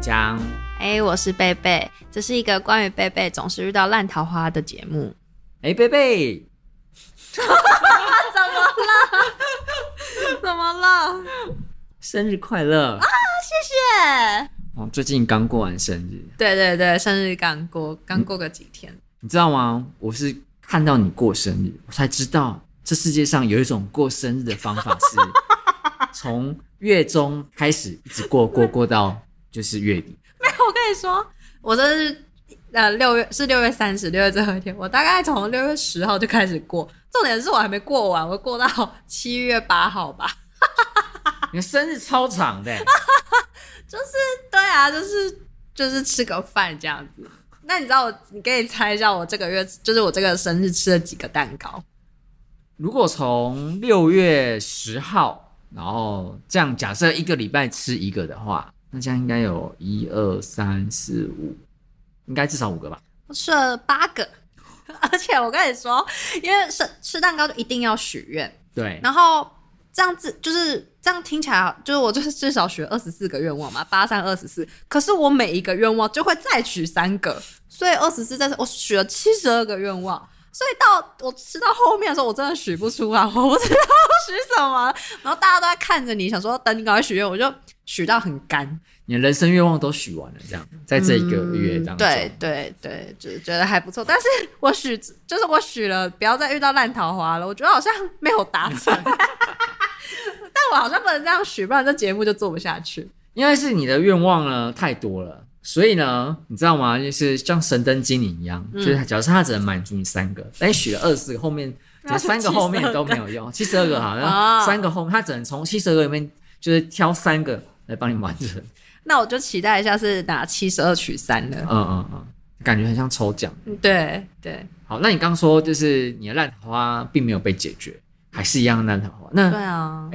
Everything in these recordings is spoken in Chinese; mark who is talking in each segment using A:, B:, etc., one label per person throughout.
A: 江，
B: 哎，我是贝贝，这是一个关于贝贝总是遇到烂桃花的节目。
A: 哎，贝贝，
B: 怎么了？怎么了？
A: 生日快乐！
B: 对，
A: 哦，最近刚过完生日，
B: 对对对，生日刚过，刚过个几天。
A: 你知道吗？我是看到你过生日，我才知道这世界上有一种过生日的方法是从月中开始一直过过过到就是月底。
B: 我跟你说，我这是呃六月是六月三十，六月最后一天，我大概从六月十号就开始过。重点是我还没过完，我过到 七月八号吧。
A: 你的生日超长的、
B: 对啊，就是就是吃个饭这样子。那你知道我？你可以猜一下，我这个月就是我这个生日吃了几个蛋糕？
A: 如果从六月十号，然后这样假设一个礼拜吃一个的话，那这样应该有一二三四五，应该至少五个吧？
B: 我吃了八个， 而且我跟你说，因为吃吃蛋糕就一定要许愿，
A: 对，
B: 然后这样子就是这样听起来好，就是我就是至少许二十四个愿望嘛， 八三二十四。可是我每一个愿望就会再许三个，所以二十四再我许了七十二个愿望。所以到我吃到后面的时候，我真的许不出来，我不知道许什么。然后大家都在看着你，想说等你赶快许愿，我就许到很干。
A: 你的人生愿望都许完了，这样在这一个月当中，
B: 嗯对对对，就是觉得还不错。但是 我许就是我许了，不要再遇到烂桃花了。我觉得好像没有达成， 但我好像不能这样许，不然这节目就做不下去。
A: 因为是你的愿望呢太多了，所以呢，你知道吗？就是像神灯精灵一样，
B: 嗯
A: 就是假设他只能满足你三个，但你许了二十个，后面
B: 那是
A: 三个
B: 72
A: 后面都没有用，七十二个 好
B: 啊
A: 像三个后面，他只能从七十二个里面就是挑三个来帮你完 成。
B: 那我就期待一下是拿七十二取三了。
A: 嗯嗯嗯，感觉很像抽奖。
B: 对对
A: 好，那你刚说就是你的烂桃花并没有被解决，还是一样的烂桃花。
B: 对
A: 那
B: 啊！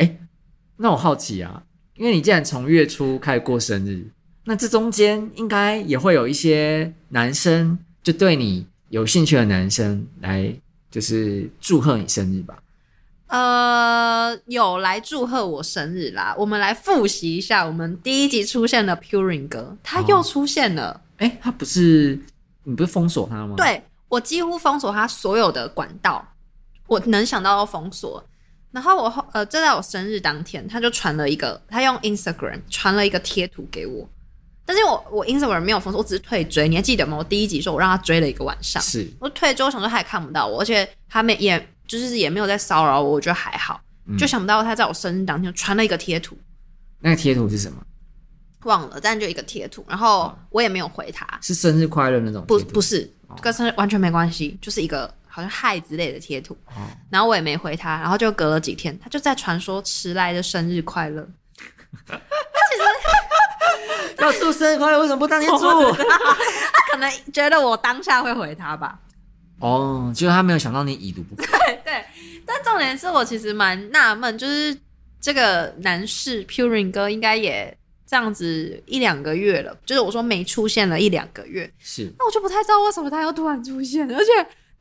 A: 那我好奇啊，因为你既然从月初开始过生日，那这中间应该也会有一些男生就对你有兴趣的男生来就是祝贺你生日吧？
B: 呃，有来祝贺我生日啦。我们来复习一下，我们第一集出现的 Purin 哥，他又
A: 哦
B: 出现了。
A: 哎、他不是你不是封锁他吗？，
B: 对我几乎封锁他所有的管道，我能想到都封锁。然后我后呃，就在我生日当天，他就传了一个，他用 Instagram 传了一个贴图给我。但是我我 Instagram 没有封锁，我只是退追。你还记得吗？我第一集说我让他追了一个晚上，
A: 是
B: 我退追，我想说他也看不到我，而且他没也就是也没有在骚扰我，我觉得还好。
A: 嗯
B: 就想不到他在我生日当天传了一个贴图，
A: 那个贴图是什么？
B: 忘了，但就一个贴图，然后我也没有回他。
A: 是生日快乐那种
B: 不
A: 贴图
B: 不是
A: 哦，
B: 跟生日完全没关系，就是一个好像嗨之类的贴图。
A: 哦，
B: 然后我也没回他，然后就隔了几天，他就在传说迟来的生日快乐。
A: 要祝生日快乐，为什么不当天 祝？
B: 哦他可能觉得我当下会回他吧。
A: 哦，就是他没有想到你已读不回。
B: 对对，但重点是我其实蛮纳闷，就是这个男士 Purin 哥应该也这样子一两个月了，就是我说没出现了一两个月，
A: 是，
B: 那我就不太知道为什么他要突然出现，而且。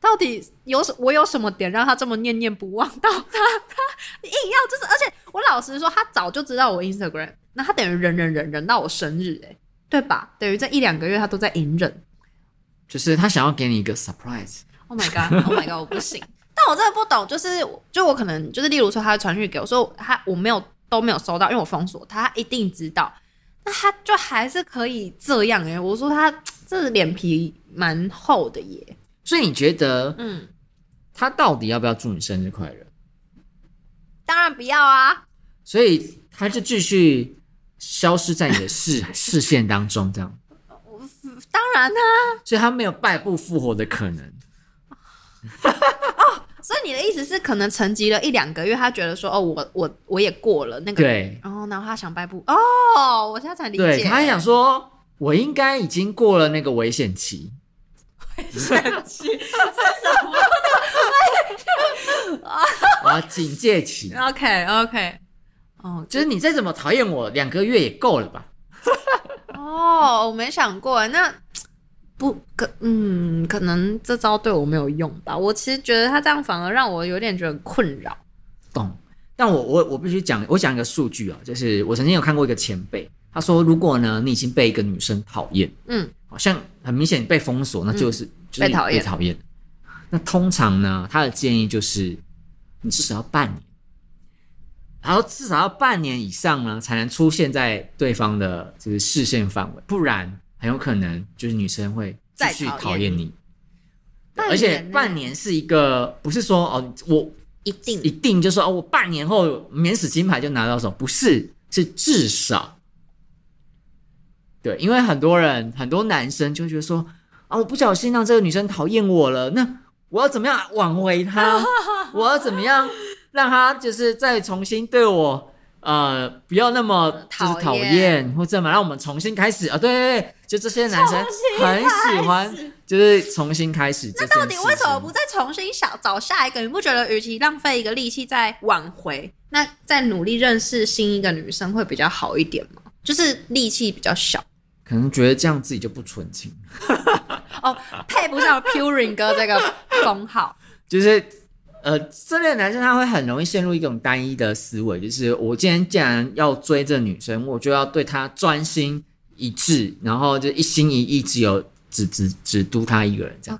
B: 到底有什我有什么点让他这么念念不忘到他他硬要就是，而且我老实说，他早就知道我 Instagram，那他等于忍忍忍忍到我生日、欸，对吧？等于这一两个月他都在隐忍。
A: 就是他想要给你一个 surprise。
B: Oh my god！Oh my god！我不行。 但我真的不懂，就是就我可能就是，例如说他传讯给我说他我没有都没有收到，因为我封锁他，他一定知道。那他就还是可以这样哎、我说他这脸皮蛮厚的耶。
A: 所以你觉得
B: 嗯，
A: 他到底要不要祝你生日快乐？
B: 当然不要啊。
A: 所以他就继续消失在你的视 视线当中，这样，
B: 当然呢、啊
A: 所以他没有败部复活的可能。
B: 所以你的意思是，可能沉寂了一两个月，他觉得说，哦，我我我也过了那个，
A: 对，
B: 然后然后他想败部，哦，我现在才理解，
A: 对，他还 想说，我应该已经过了那个危险期。 啊，警戒 期，
B: ，OK OK，哦，
A: 就是你再怎么讨厌我，两个月也够了吧？
B: 哦，我没想过，那不可，嗯，可能这招对我没有用吧。我其实觉得他这样反而让我有点觉得困扰。
A: 懂。但我我我必须讲，我讲一个数据啊，就是我曾经有看过一个前辈，他说，如果呢你已经被一个女生讨厌，
B: 嗯，
A: 好像很明显你被封锁，那就是、就是
B: 被讨厌
A: 被讨厌。那通常呢，他的建议就是你至少要半年，然后至少要半年以上呢，才能出现在对方的就是视线范围，不然很有可能就是女生会继续
B: 再讨厌
A: 讨厌你。
B: 半
A: 而且
B: 年呢
A: 半年是一个不是说哦，我
B: 一定
A: 一定就说哦，我半年后免死金牌就拿到手，不是，是至少。对，因为很多人很多男生就会觉得说啊，我不小心让这个女生讨厌我了，那我要怎么样挽回她？我要怎么样让她就是再重新对我？呃，不要那么就是讨
B: 讨厌
A: 厌或者嘛，让我们重新开始啊！对对对，就这些男生很喜欢
B: 重新开始，
A: 就是重新开始这件事情。
B: 到底为什么不再重新想找下一个？你不觉得，与其浪费一个力气在挽回，那再努力认识新一个女生会比较好一点吗？就是力气比较小
A: 可能觉得这样自己就不纯情？
B: 哦，配不上 Purin 哥这个封号。
A: 就是呃，这类的男生他会很容易陷入一种单一的思维，就是我今天既然要追这女生，我就要对她专心一致，然后就一心一意，只有只只只督她一个人这样。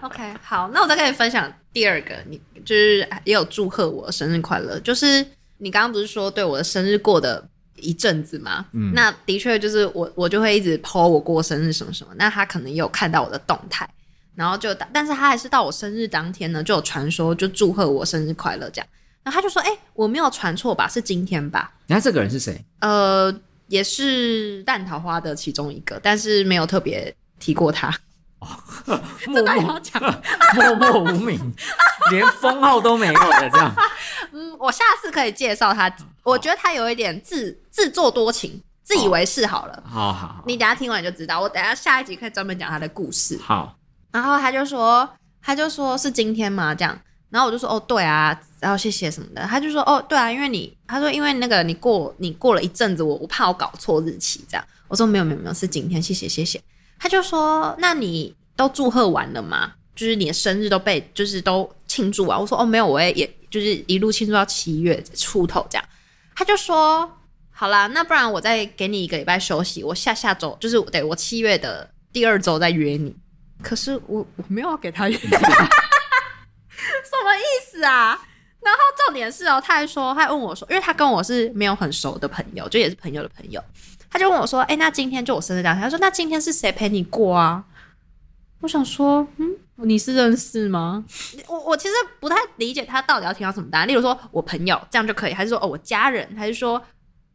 B: OK，好，那我再跟你分享第二个，你就是也有祝贺我生日快乐，就是你刚刚不是说对我的生日过的一阵子吗？
A: 嗯
B: 那的确就是我我就会一直 PO 我过生日什么什么，那他可能也有看到我的动态，然后就但是他还是到我生日当天呢，就有传说就祝贺我生日快乐这样，然后他就说，哎、我没有传错吧？是今天吧？
A: 你看这个人是 谁？
B: 呃，也是烂桃花的其中一个，但是没有特别提过他，
A: 默
B: 那你
A: 默
B: 要讲。
A: 默默无名，连封号都没有的这样。
B: 嗯，我下次可以介绍他。我觉得他有一点自自作多情，自以为是好了。
A: 好好好
B: 你等一下听完你就知道。我等一下下一集可以专门讲他的故事。
A: 好，
B: 然后他就说，他就说是今天吗？这样，然后我就说哦，对啊，然后谢谢什么的。他就说哦，对啊，因为你，他说因为那个你过你过了一阵子，我我怕我搞错日期这样。我说没有没有没有，是今天，谢谢谢谢。他就说那你都祝贺完了吗？就是你的生日都被就是都庆祝完。我说哦没有，我也也就是一路庆祝到七月出头这样。他就说好啦，那不然我再给你一个礼拜休息，我下下周就是对我七月的第二周再约你。可是我我没有要给他 约，什么意思啊？然后重点是哦，他还说，他还问我说，因为他跟我是没有很熟的朋友，就也是朋友的朋友，他就问我说，哎、那今天就我生日当天，他说那今天是谁陪你过啊？我想说，嗯，你是认识吗？我我其实不太理解他到底要听到什么答案。例如说我朋友这样就可以，还是说哦我家人，还是说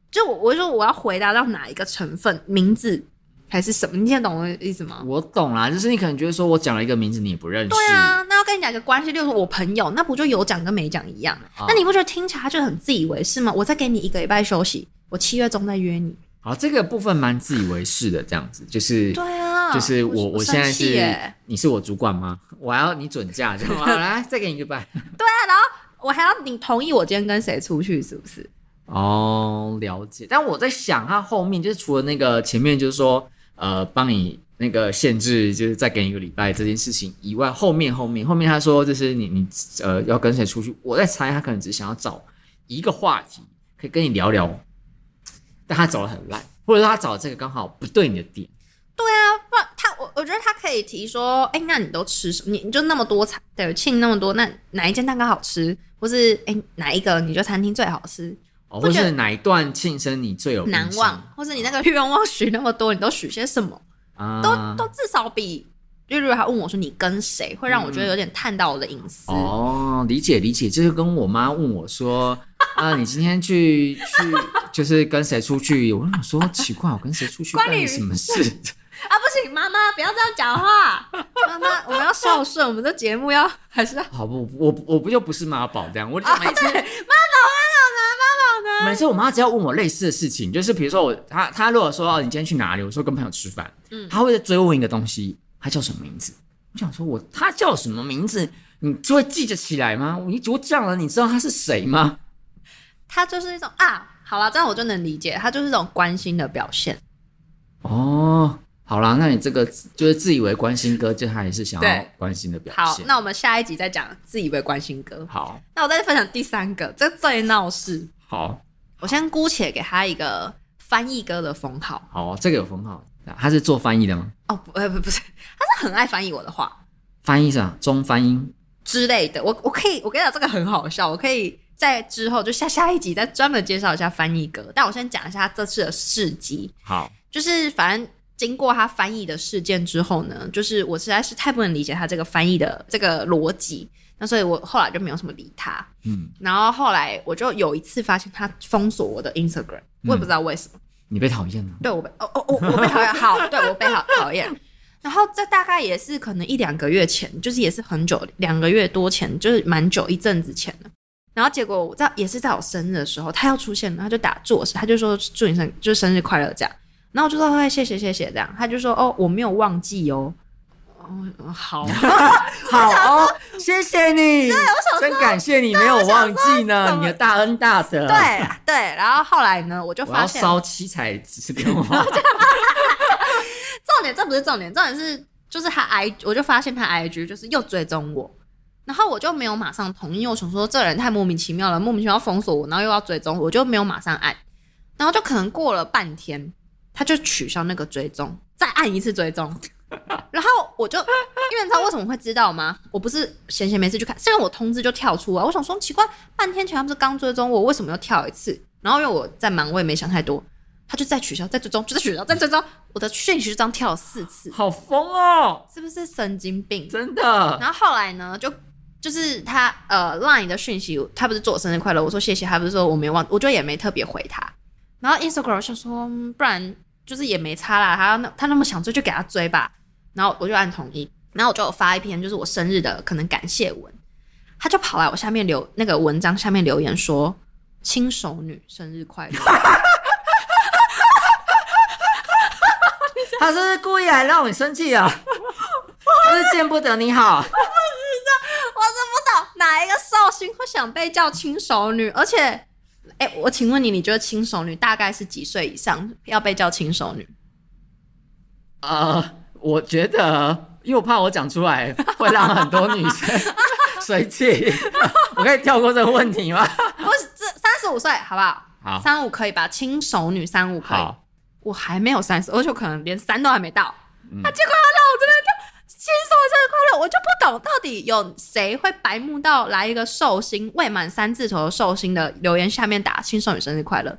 B: 就我我就说我要回答到哪一个成分名字还是什么？你现在懂我的意思吗？
A: 我懂啦，就是你可能觉得说我讲了一个名字你也不认识，
B: 对啊，那要跟你讲一个关系，就是我朋友，那不就有讲跟没讲一样？
A: 啊
B: 那你不觉得听起来他就很自以为是吗？我再给你一个礼拜休息，我七月中再约你。
A: 好，这个部分蛮自以为是的，这样子就是
B: 对啊，
A: 就是我，我现在
B: 生气
A: 是
B: 耶，
A: 你是我主管吗？ 我还要你准假，这样 吗？好来，再给你一个拜。
B: 我还要你同意我今天跟谁出去，是不是？
A: 哦，了解。但我在想，他后面就是除了那个前面就是说，呃，帮你那个限制，就是再给你一个礼拜这件事情以外，后面后面后面他说就是你你呃要跟谁出去，我在猜他可能只是想要找一个话题可以跟你聊聊，但他找的很烂，或者说他找的这个刚好不对你的点。
B: 不然他我我觉得他可以提说，哎、那你都吃什么？你你就那么多餐，对，庆那么多，那哪一间蛋糕好吃？或是哎、哪一个你觉得餐厅最好吃？
A: 哦，
B: 不
A: 或
B: 觉得
A: 是哪一段庆生你最有印
B: 难
A: 象
B: 忘，或是你那个愿望许那么多，你都许些什么？
A: 啊？
B: 都都至少比绿绿还问我说你跟谁，会让我觉得有点探到我的隐私。
A: 哦，理解理解，这就跟我妈问我说 啊，你今天去去就是跟谁出去？我想说奇怪，我跟谁出去
B: 关
A: 关
B: 你
A: 你什么事？
B: 啊，不行，妈妈不要这样讲话， 妈妈我们要孝顺，我们这节目要还是要
A: 好不，我我不就不是妈宝这样，我就每 次、妈宝妈宝男妈宝男，每次我妈只要问我类似的事情，就是比如说我她她如果说哦你今天去哪里，我说跟朋友吃饭，
B: 嗯
A: 她会再追问一个东西，她叫什么名字？我想说我她叫什么名字？你就会记得起来吗？你我讲了，你知道她是谁吗？
B: 他就是一种啊，好了，这样我就能理解，他就是一种关心的表现。
A: 哦，好啦，那你这个就是自以为关心哥，就他也是想要
B: 对
A: 关心的表
B: 好
A: 现。，
B: 那我们下一集再讲自以为关心哥。
A: 好
B: 那我再分享第三个，这最闹事。
A: 好
B: 我先姑且给他一个翻译哥的封号
A: 好、这个有封号，他是做翻译的吗？
B: 哦，不，呃不不是，他是很爱翻译我的话
A: 翻译是吧？中翻英
B: 之类的。我我可以，我跟你讲，这个很好笑，我可以在之后就下下一集再专门介绍一下翻译哥。但我先讲一下他这次的事迹，
A: 好，
B: 就是反正经过他翻译的事件之后呢，就是我实在是太不能理解他这个翻译的这个逻辑，那所以我后来就没有什么理他。
A: 嗯，
B: 然后后来我就有一次发现他封锁我的 Instagram，我也不知道为什么。
A: 你被讨厌了，
B: 对我被哦哦哦，我被讨 厌，好，对我被好讨厌。然后这大概也是可能一两个月前，就是也是很久，两个月多前，就是蛮久一阵子前了。然后结果我在也是在我生日的时候，他要出现了，他就打祝我生，他就说祝你生就是生日快乐这样。然后我就说哎谢谢谢谢这样，他就说哦我没有忘记哦。哦好，
A: 好哦，谢谢你，真感谢你没有忘记呢，
B: 怎么
A: 你的大恩大德。，
B: 对对。然后后来呢，我就
A: 我
B: 发
A: 要
B: 现
A: 烧七彩纸给 我。
B: 重点这不是重点，重点是就是他 I，我就发现他 IG 就是又追踪我，然后我就没有马上同意，因为我想说这人太莫名其妙了，莫名其妙封锁我，然后又要追踪我，我就没有马上按，然后就可能过了半天，他就取消那个追踪，再按一次追踪。然后我就，因为你知道为什么会知道吗？我不是闲闲没事去看，虽然我通知就跳出啊，我想说奇怪，半天前他不是刚追踪我，为什么又跳一次？然后因为我在忙，我也没想太多，他就再取消，再追踪，就再取消，再追踪，我的讯息就这样跳了四次，
A: 好疯哦，
B: 是不是神经病？
A: 真的。
B: 然后后来呢，就就是他呃 Line 的讯息，他不是祝我生日快乐，我说谢谢，他不是说我没忘，我就也没特别回他。然后 Instagram 我想说，嗯不然就是也没差啦，他那他那么想追就给他追吧。然后我就按同意，然后我就有发一篇就是我生日的可能感谢文，他就跑来我下面留那个文章下面留言说。轻熟女生日快乐！
A: 他是不是故意来让你生气啊？ 他是见不得你好，
B: 我是不懂哪一个寿星会想被叫轻熟女，而且，哎、我请问你，你觉得轻熟女大概是几岁以上要被叫轻熟女？
A: 呃，我觉得，因为我怕我讲出来会让很多女生生 气，我可以跳过这个问题吗？
B: 不是，这三十五岁好不好？
A: 好
B: 三五可以吧？轻熟女三五可以。
A: 好，
B: 我还没有三十，而且我可能连三都还没到。
A: 嗯
B: 那、结果他来我这边就轻熟女生日快乐，我就不懂到底有谁会白目到来一个寿星未满三字头的寿星的留言下面打轻熟女生日快乐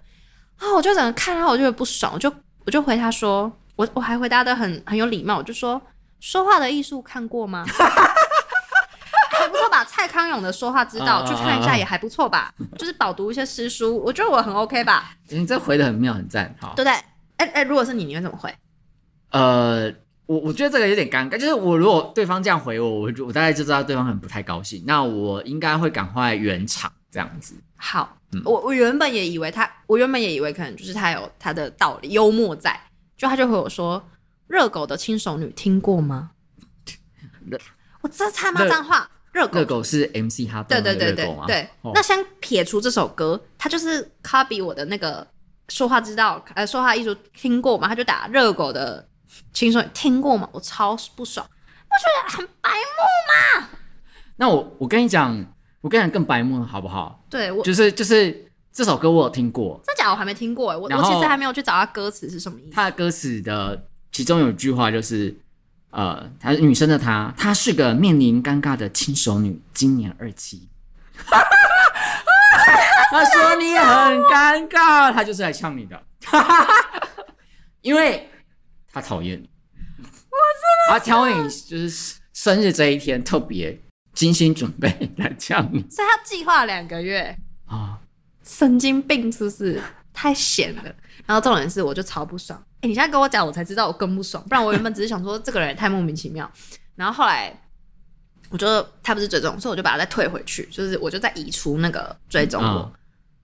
B: 啊、我就整个看他，我就觉得不爽，我就我就回他说，我我还回答的很很有礼貌，我就说说话的艺术看过吗？ 还不错吧，蔡康永的说话之道
A: 啊
B: 去看一下也还不错吧，就是饱读一些诗书，我觉得我很 OK 吧，
A: 你这回的很妙，很赞。好，
B: 对不对？哎哎，如果是你，你会怎么回？
A: 呃，我我觉得这个有点尴尬，就是我如果对方这样回我，我就我大概就知道对方很不太高兴，那我应该会赶快圆场这样子。
B: 好，
A: 嗯
B: 我我原本也以为他，我原本也以为可能就是他有他的道理，幽默在，就他就回我说：“热狗的亲手女听过吗
A: 热？”
B: 我真的差骂脏话，热狗
A: 热。狗是 MC 哈
B: 对
A: 顿的
B: 哦对对
A: 热
B: 对
A: 狗吗？
B: 对，
A: 哦
B: 那先撇除这首歌，他就是 copy 我的那个说话之道，呃，说话艺术听过吗？他就打热狗的亲手女听过吗？我超不爽，我觉得很白目。
A: 那我我跟你讲，我跟你讲更白目了好不好？
B: 对我
A: 就是就是这首歌我有听过，
B: 真假我还没听过哎，我
A: 然
B: 我
A: 后
B: 其实还没有去找他歌词是什么意思。
A: 他的歌词的其中有一句话就是，呃，她女生的她，她是个面临尴尬的轻熟女，今年二七。 他说你很尴尬，他就是来呛你的， 因为他讨厌你。我真的，他挑你就是生日这一天特别精心准备来呛你
B: 所以他计划两个月，
A: 啊、
B: 神经病是不是？太闲了。然后重点是，我就超不爽。哎、你现在跟我讲，我才知道我更不爽。不然我原本只是想说，这个人也太莫名其妙。然后后来，我就他不是追踪，所以我就把他再退回去，就是我就再移除那个追踪我。
A: 嗯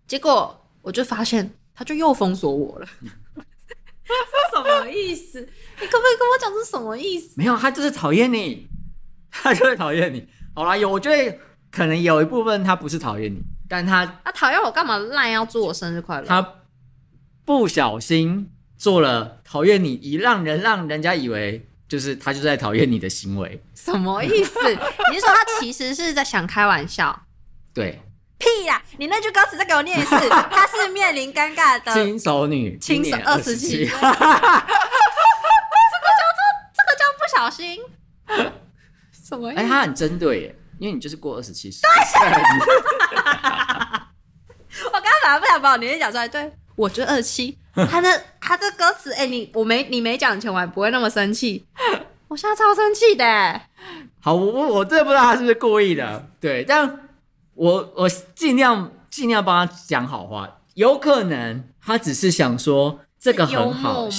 B: 结果我就发现，他就又封锁我了。 这什么意思？你可不可以跟我讲是什么意思？
A: 没有，他就是讨厌你， 他就是讨厌你。好啦，有我觉得可能有一部分他不是讨厌你，但他
B: 他啊讨厌我干嘛？烂要祝我生日快乐？
A: 他不小心做了讨厌你，以让人让人家以为就是他就是在讨厌你的行为。
B: 什么意思？你是说他其实是在想开玩笑？
A: 对，
B: 屁呀！你那句歌词再给我念一 次，她是面临尴尬的
A: 新手女，
B: 呃轻手二
A: 二
B: 十七，
A: 七
B: 这个，叫做这个叫不小心， 什么 意
A: 哎，
B: 思？
A: 他很针对耶，因为你就是过二十七岁，对，
B: 我刚刚本来不想把我年龄讲出来，对我觉得二 七，他的他这歌词，哎、你我没你没讲前，我还不会那么生气， 我现在超生气的、
A: 好，我我我真的不知道他是不是故意的，对，但我我尽量尽量帮他讲好话，有可能他只是想说这个很好
B: 是幽默吗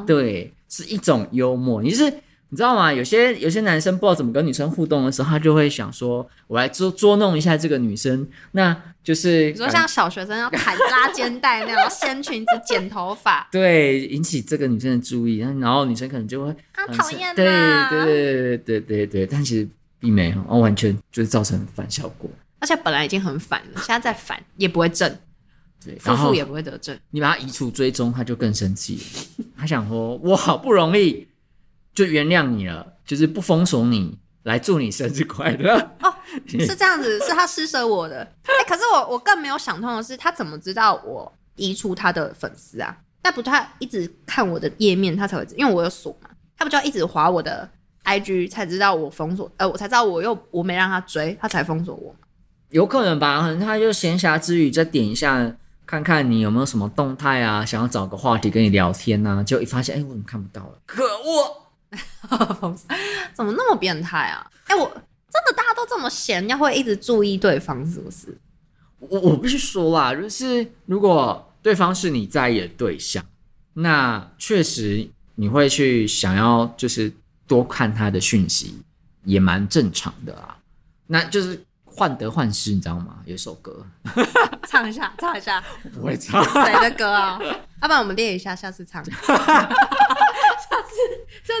A: 笑，对，是一种幽默，你是。你知道吗？有些有些男生不知道怎么跟女生互动的时候，他就会想说：“我来捉捉弄一下这个女生。”那就是
B: 你说
A: 感
B: 像小学生要砍拉肩带那样，掀裙子、剪头发，
A: 对，引起这个女生的注意，然后然后女生可能就会
B: 啊
A: 很
B: 讨厌啊
A: 对
B: 呐
A: 对对对对对对，但其实并没有，哦，完全就是造成反效果。
B: 而且本来已经很烦了，现在再烦也不会正，
A: 对，
B: 夫
A: 然后
B: 妇也不会得正。
A: 你把他移除追踪，他就更生气了，他想说，我好不容易就原谅你了，就是不封锁你，来祝你生日快乐。
B: 是这样子，是他施舍我的。哎、可是我我更没有想通的是，他怎么知道我移出他的粉丝啊？那不他一直看我的页面，他才会知，因为我有锁嘛，他不就要一直划我的 IG 才知道我封锁，呃，我才知道我又我没让他追，他才封锁我嘛。
A: 有可能吧，可能他就闲暇之余再点一下，看看你有没有什么动态啊，想要找个话题跟你聊天呐、啊，结果一发现，哎、我怎么看不到了？可恶！
B: 怎么那么变态啊？哎、我真的大家都这么闲，要会一直注意对方是不是？
A: 我我必须说啦，就是如果对方是你在意的对象，那确实你会去想要就是多看他的讯息，也蛮正常的啊。那就是患得患失，你知道吗？有一首歌
B: 唱一下，唱一下
A: 不会唱，
B: 谁的歌啊？要不然我们练一下，下次唱。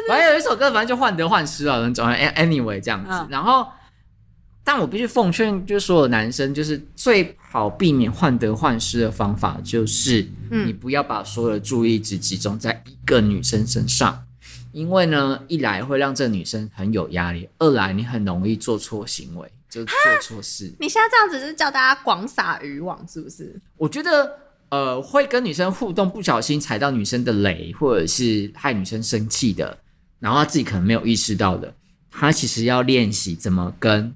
A: 反正有一首歌，反正就患得患失啊，总而言 anyway 这样子。
B: 嗯
A: 然后，但我必须奉劝，就是所有男生，就是最好避免患得患失的方法，就是
B: 嗯
A: 你不要把所有的注意只集中在一个女生身上，因为呢，一来会让这女生很有压力，二来你很容易做错行为，就做错事。
B: 你现在这样子是叫大家广撒渔网，是不是？
A: 我觉得，呃，会跟女生互动，不小心踩到女生的雷，或者是害女生生气的，然后她自己可能没有意识到的，她其实要练习怎么跟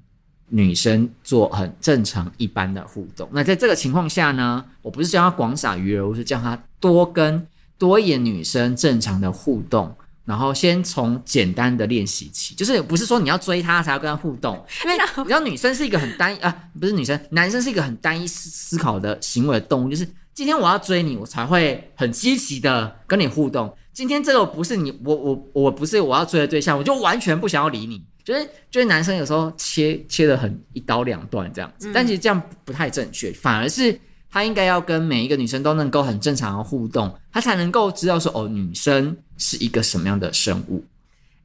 A: 女生做很正常一般的互动。那在这个情况下呢，我不是叫她广撒鱼饵，我是叫她多跟多一点女生正常的互动。然后先从简单的练习起，就是不是说你要追她才要跟她互动，
B: 因为
A: 你知道女生是一个很单一啊，不是女生，男生是一个很单一思思考的行为的动物，就是今天我要追你，我才会很积极的跟你互动。今天这个不是你，我我我不是我要追的对象，我就完全不想要理你。就是就是男生有时候切切的很一刀两断这样子，但其实这样不太正确，反而是他应该要跟每一个女生都能够很正常的互动，他才能够知道说哦，女生是一个什么样的生物。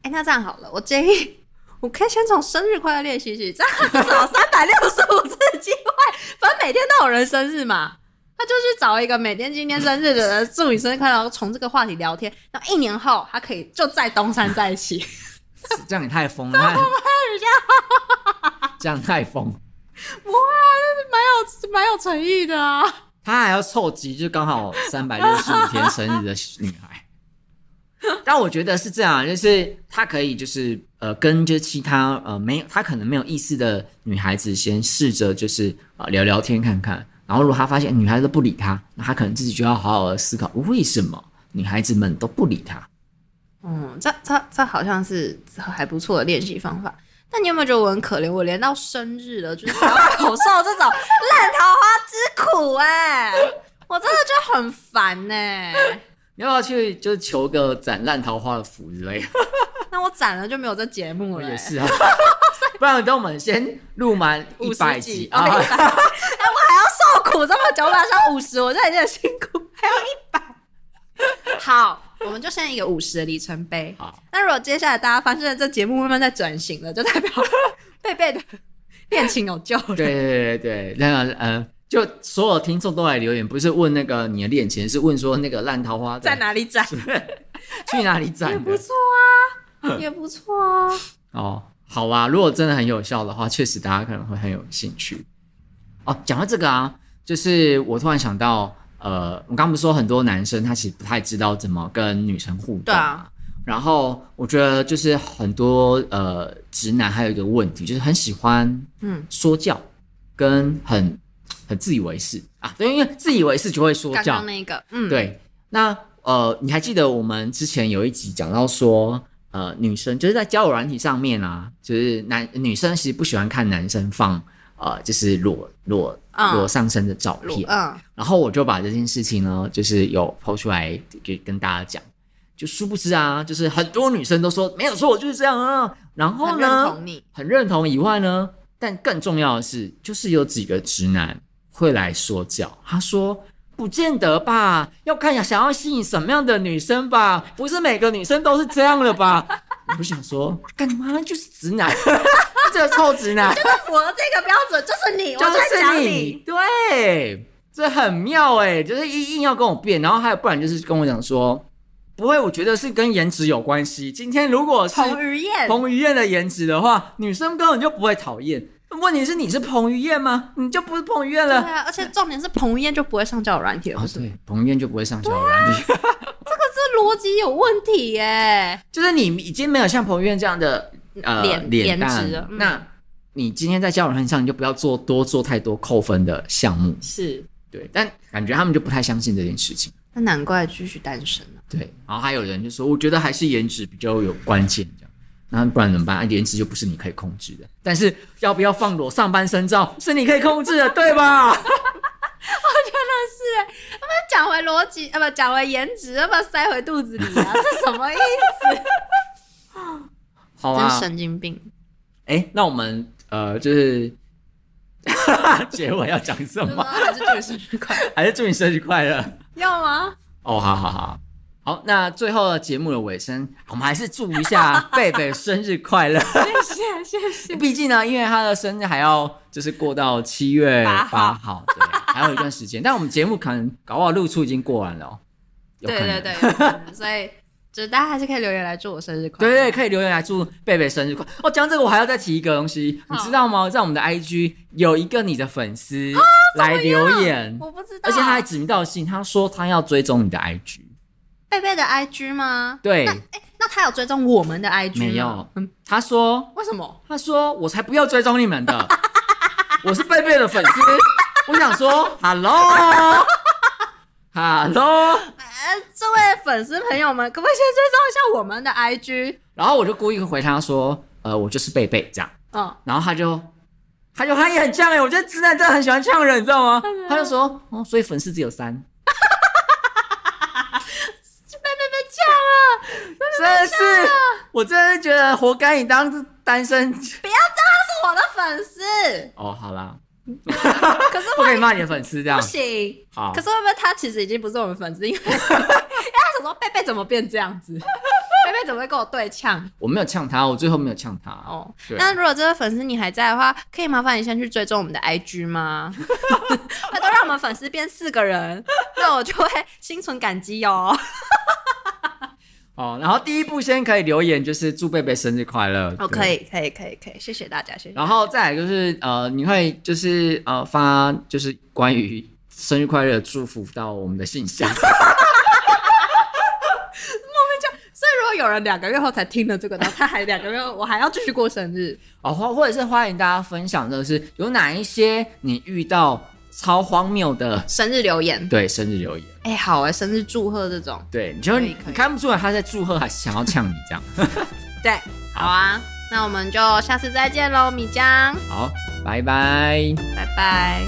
B: 哎、那这样好了，我建议 我可以先从生日快乐练习起，这样至少 三百六十五次的机会，反正每天都有人生日嘛。他就去找一个每天今天生日的人祝你生日快乐，然后从这个话题聊天，然后一年后他可以就在东山再 起，
A: 这样也太疯了，太这样太疯。
B: 蛮有蛮有诚意的啊。
A: 她还要凑集，就刚好三百六十五天生日的女孩。但我觉得是这样，就是她可以就是呃跟就是其他呃没有她可能没有意思的女孩子先试着就是呃聊聊天看看，然后如果她发现哎女孩子都不理她，那她可能自己就要好好的思考为什么女孩子们都不理她。
B: 嗯，这这这好像是还不错的练习方法。但你有没有觉得我很可怜？我连到生日了，就是还要口受这种烂桃花之苦哎、我真的觉得很烦呢、
A: 你要不要去就是求个斩烂桃花的符之类的？
B: 那我斩了就没有这节目了、欸
A: 也，是啊， 不然等我们先录满一百
B: 50
A: 集
B: 集
A: 啊。
B: 哦哎、我还要受苦这么久，我本来想五十，我现在已经很辛苦，还要一百。好，我们就先一个五十的里程碑。
A: 好，
B: 那如果接下来大家发现这节目慢慢在转型了，就代表 贝贝的 恋情有救了。
A: 对对对对，那个呃，就所有听众都来留言，不是问那个你的恋情，是问说那个烂桃花
B: 在？哪里展？
A: 去哪里 攒的？
B: 错 啊，也不错啊。
A: 啊哦，好吧，如果真的很有效的话，确实大家可能会很有兴趣。哦，讲到这个啊，就是我突然想到，呃，我刚不是说很多男生他其实不太知道怎么跟女生互动，
B: 对啊。
A: 然后我觉得就是很多呃直男还有一个问题，就是很喜欢
B: 嗯
A: 说教，跟很很自以为是啊，对，因为自以为是就会说
B: 刚
A: 教，
B: 刚那个，嗯，，
A: 对，那呃，你还记得我们之前有一集讲到说，呃，女生就是在交友软体上面啊，就是男女生其实不喜欢看男生放呃，就是裸裸
B: 嗯
A: 裸上身的照片。
B: 嗯，
A: 然后我就把这件事情呢，就是有抛出来给跟大家讲。就殊不知啊，就是很多女生都说没有错，就是这样啊。然后
B: 很认
A: 呢，
B: 同你，
A: 很认同以外呢，但更重要的是，就是有几个直男会来说教，他说。不见得吧，要看想要吸引什么样的女生吧，不是每个女生都是这样的吧？我就想说，干你妈就是直男， 这个臭直男，
B: 这个符合这个标准就是你，我
A: 就
B: 在讲
A: 是你，，对，这很妙哎、就是硬硬要跟我辩，然后还有不然就是跟我讲说，不会，我觉得是跟颜值有关系。今天如果是
B: 彭于晏，
A: 彭于晏的颜值的话，女生根本就不会讨厌。问题是你是彭于晏吗？你就不是彭于晏
B: 对
A: 了。
B: 啊，而且重点是彭于晏就不会上交友软体了，
A: 哦
B: 不，是吗？
A: 对，彭于晏就不会上交友软体，
B: 这逻辑有问题耶，
A: 就是你已经没有像彭于晏这样的呃
B: 脸
A: 脸
B: 颜
A: 蛋
B: 值了嗯
A: 那你今天在交友软体上，你就不要做多做太多扣分的项目。
B: 是，
A: 对，但感觉他们就不太相信这件事情。
B: 那难怪继续单身啊，
A: 对，然后还有人就说，我觉得还是颜值比较有关键，这样，那不然怎么办？啊颜值就不是你可以控制的，但是要不要放裸上半身照是你可以控制的，对 吧？
B: 那讲回逻辑，啊不，讲回颜值，要不要塞回肚子里 啊？这什么意思？
A: 好
B: 真
A: 啊，
B: 神 经病，
A: 哎，那我们呃，就是 结尾要讲什
B: 对吗？
A: 么？
B: 还是祝你生日快乐？
A: 还是祝你生日快乐
B: 要吗？
A: 哦，好好好。好，那最后的节目的尾声，我们还是祝一下贝贝生日快乐。
B: 谢谢谢谢。
A: 毕竟呢，因为他的生日还要就是过到七月
B: 八
A: 八号，对，还有一段时间。但我们节目可能搞不好露出已经过完了、哦，有可
B: 对
A: 能
B: 对对，有可 能所以就是大家还是可以留言来祝我生日快
A: 对
B: 乐。
A: 对，可以留言来祝贝贝生日快哦，讲这个我还要再提一个东西，你
B: 好啊
A: 知道吗？在我们的 IG 有一个你的粉丝来留言，
B: 我不知道，
A: 而且他还指名道姓，他说他要追踪你的 IG。
B: 贝贝的 IG 吗？
A: 对
B: 那，哎，那他有追踪我们的 IG 吗
A: 没有
B: 嗯，
A: 他说
B: 为什么？
A: 他说：“我才不要追踪你们的， 我是贝贝的粉丝。”我想说，Hello，Hello，
B: 呃，这位粉丝朋友们，可不可以先追踪一下我们的 IG？
A: 然后我就故意回他说：“呃，我就是贝贝这样。
B: 嗯，”
A: 然后他就，他就他也很呛哎、我觉得直男真的很喜欢呛人，你知道吗？他就说：“哦，所以粉丝只有三，
B: 贝贝被叫了，
A: 真的是，我真的觉得活该你当单身。
B: 是我的粉丝，”
A: 哦，好啦，
B: 可是
A: 不可以骂你的粉丝这样
B: 不。行。
A: 好
B: 可，是会不会他其实已经不是我们粉 丝？因为因为他想说贝贝怎么变这样子，贝贝怎么会跟我对呛？
A: 我没有呛他，我最后没有呛他。哦，
B: 哦，
A: 对
B: 那如果这位粉丝你还在的话，可以麻烦你先去追踪我们的 IG 吗？拜托让我们粉丝变四个人，那我就会心存感激哟、
A: 哦，然后第一步先可以留言，就是祝贝贝生日快乐。
B: 哦，
A: 对
B: 可以，可以，可以，可以，谢谢大家，谢谢。
A: 然后再来就是呃，你会就是呃发就是关于生日快乐的祝福到我们的信 箱，
B: 所以如果有人两个月后才听了这个，然后他还两个月后，我还要继续过生日，
A: 哦，或或者是欢迎大家分享，就是有哪一些你遇到超荒谬的
B: 生日留言，
A: 对生日留言，
B: 哎、好哎、生日祝贺这种，
A: 对，你就是
B: 可以
A: 你
B: 可以
A: 你看不出来他在祝贺还是想要呛你这样。
B: 对，好啊，那我们就下次再见喽，米江，
A: 好，拜拜。
B: 拜拜。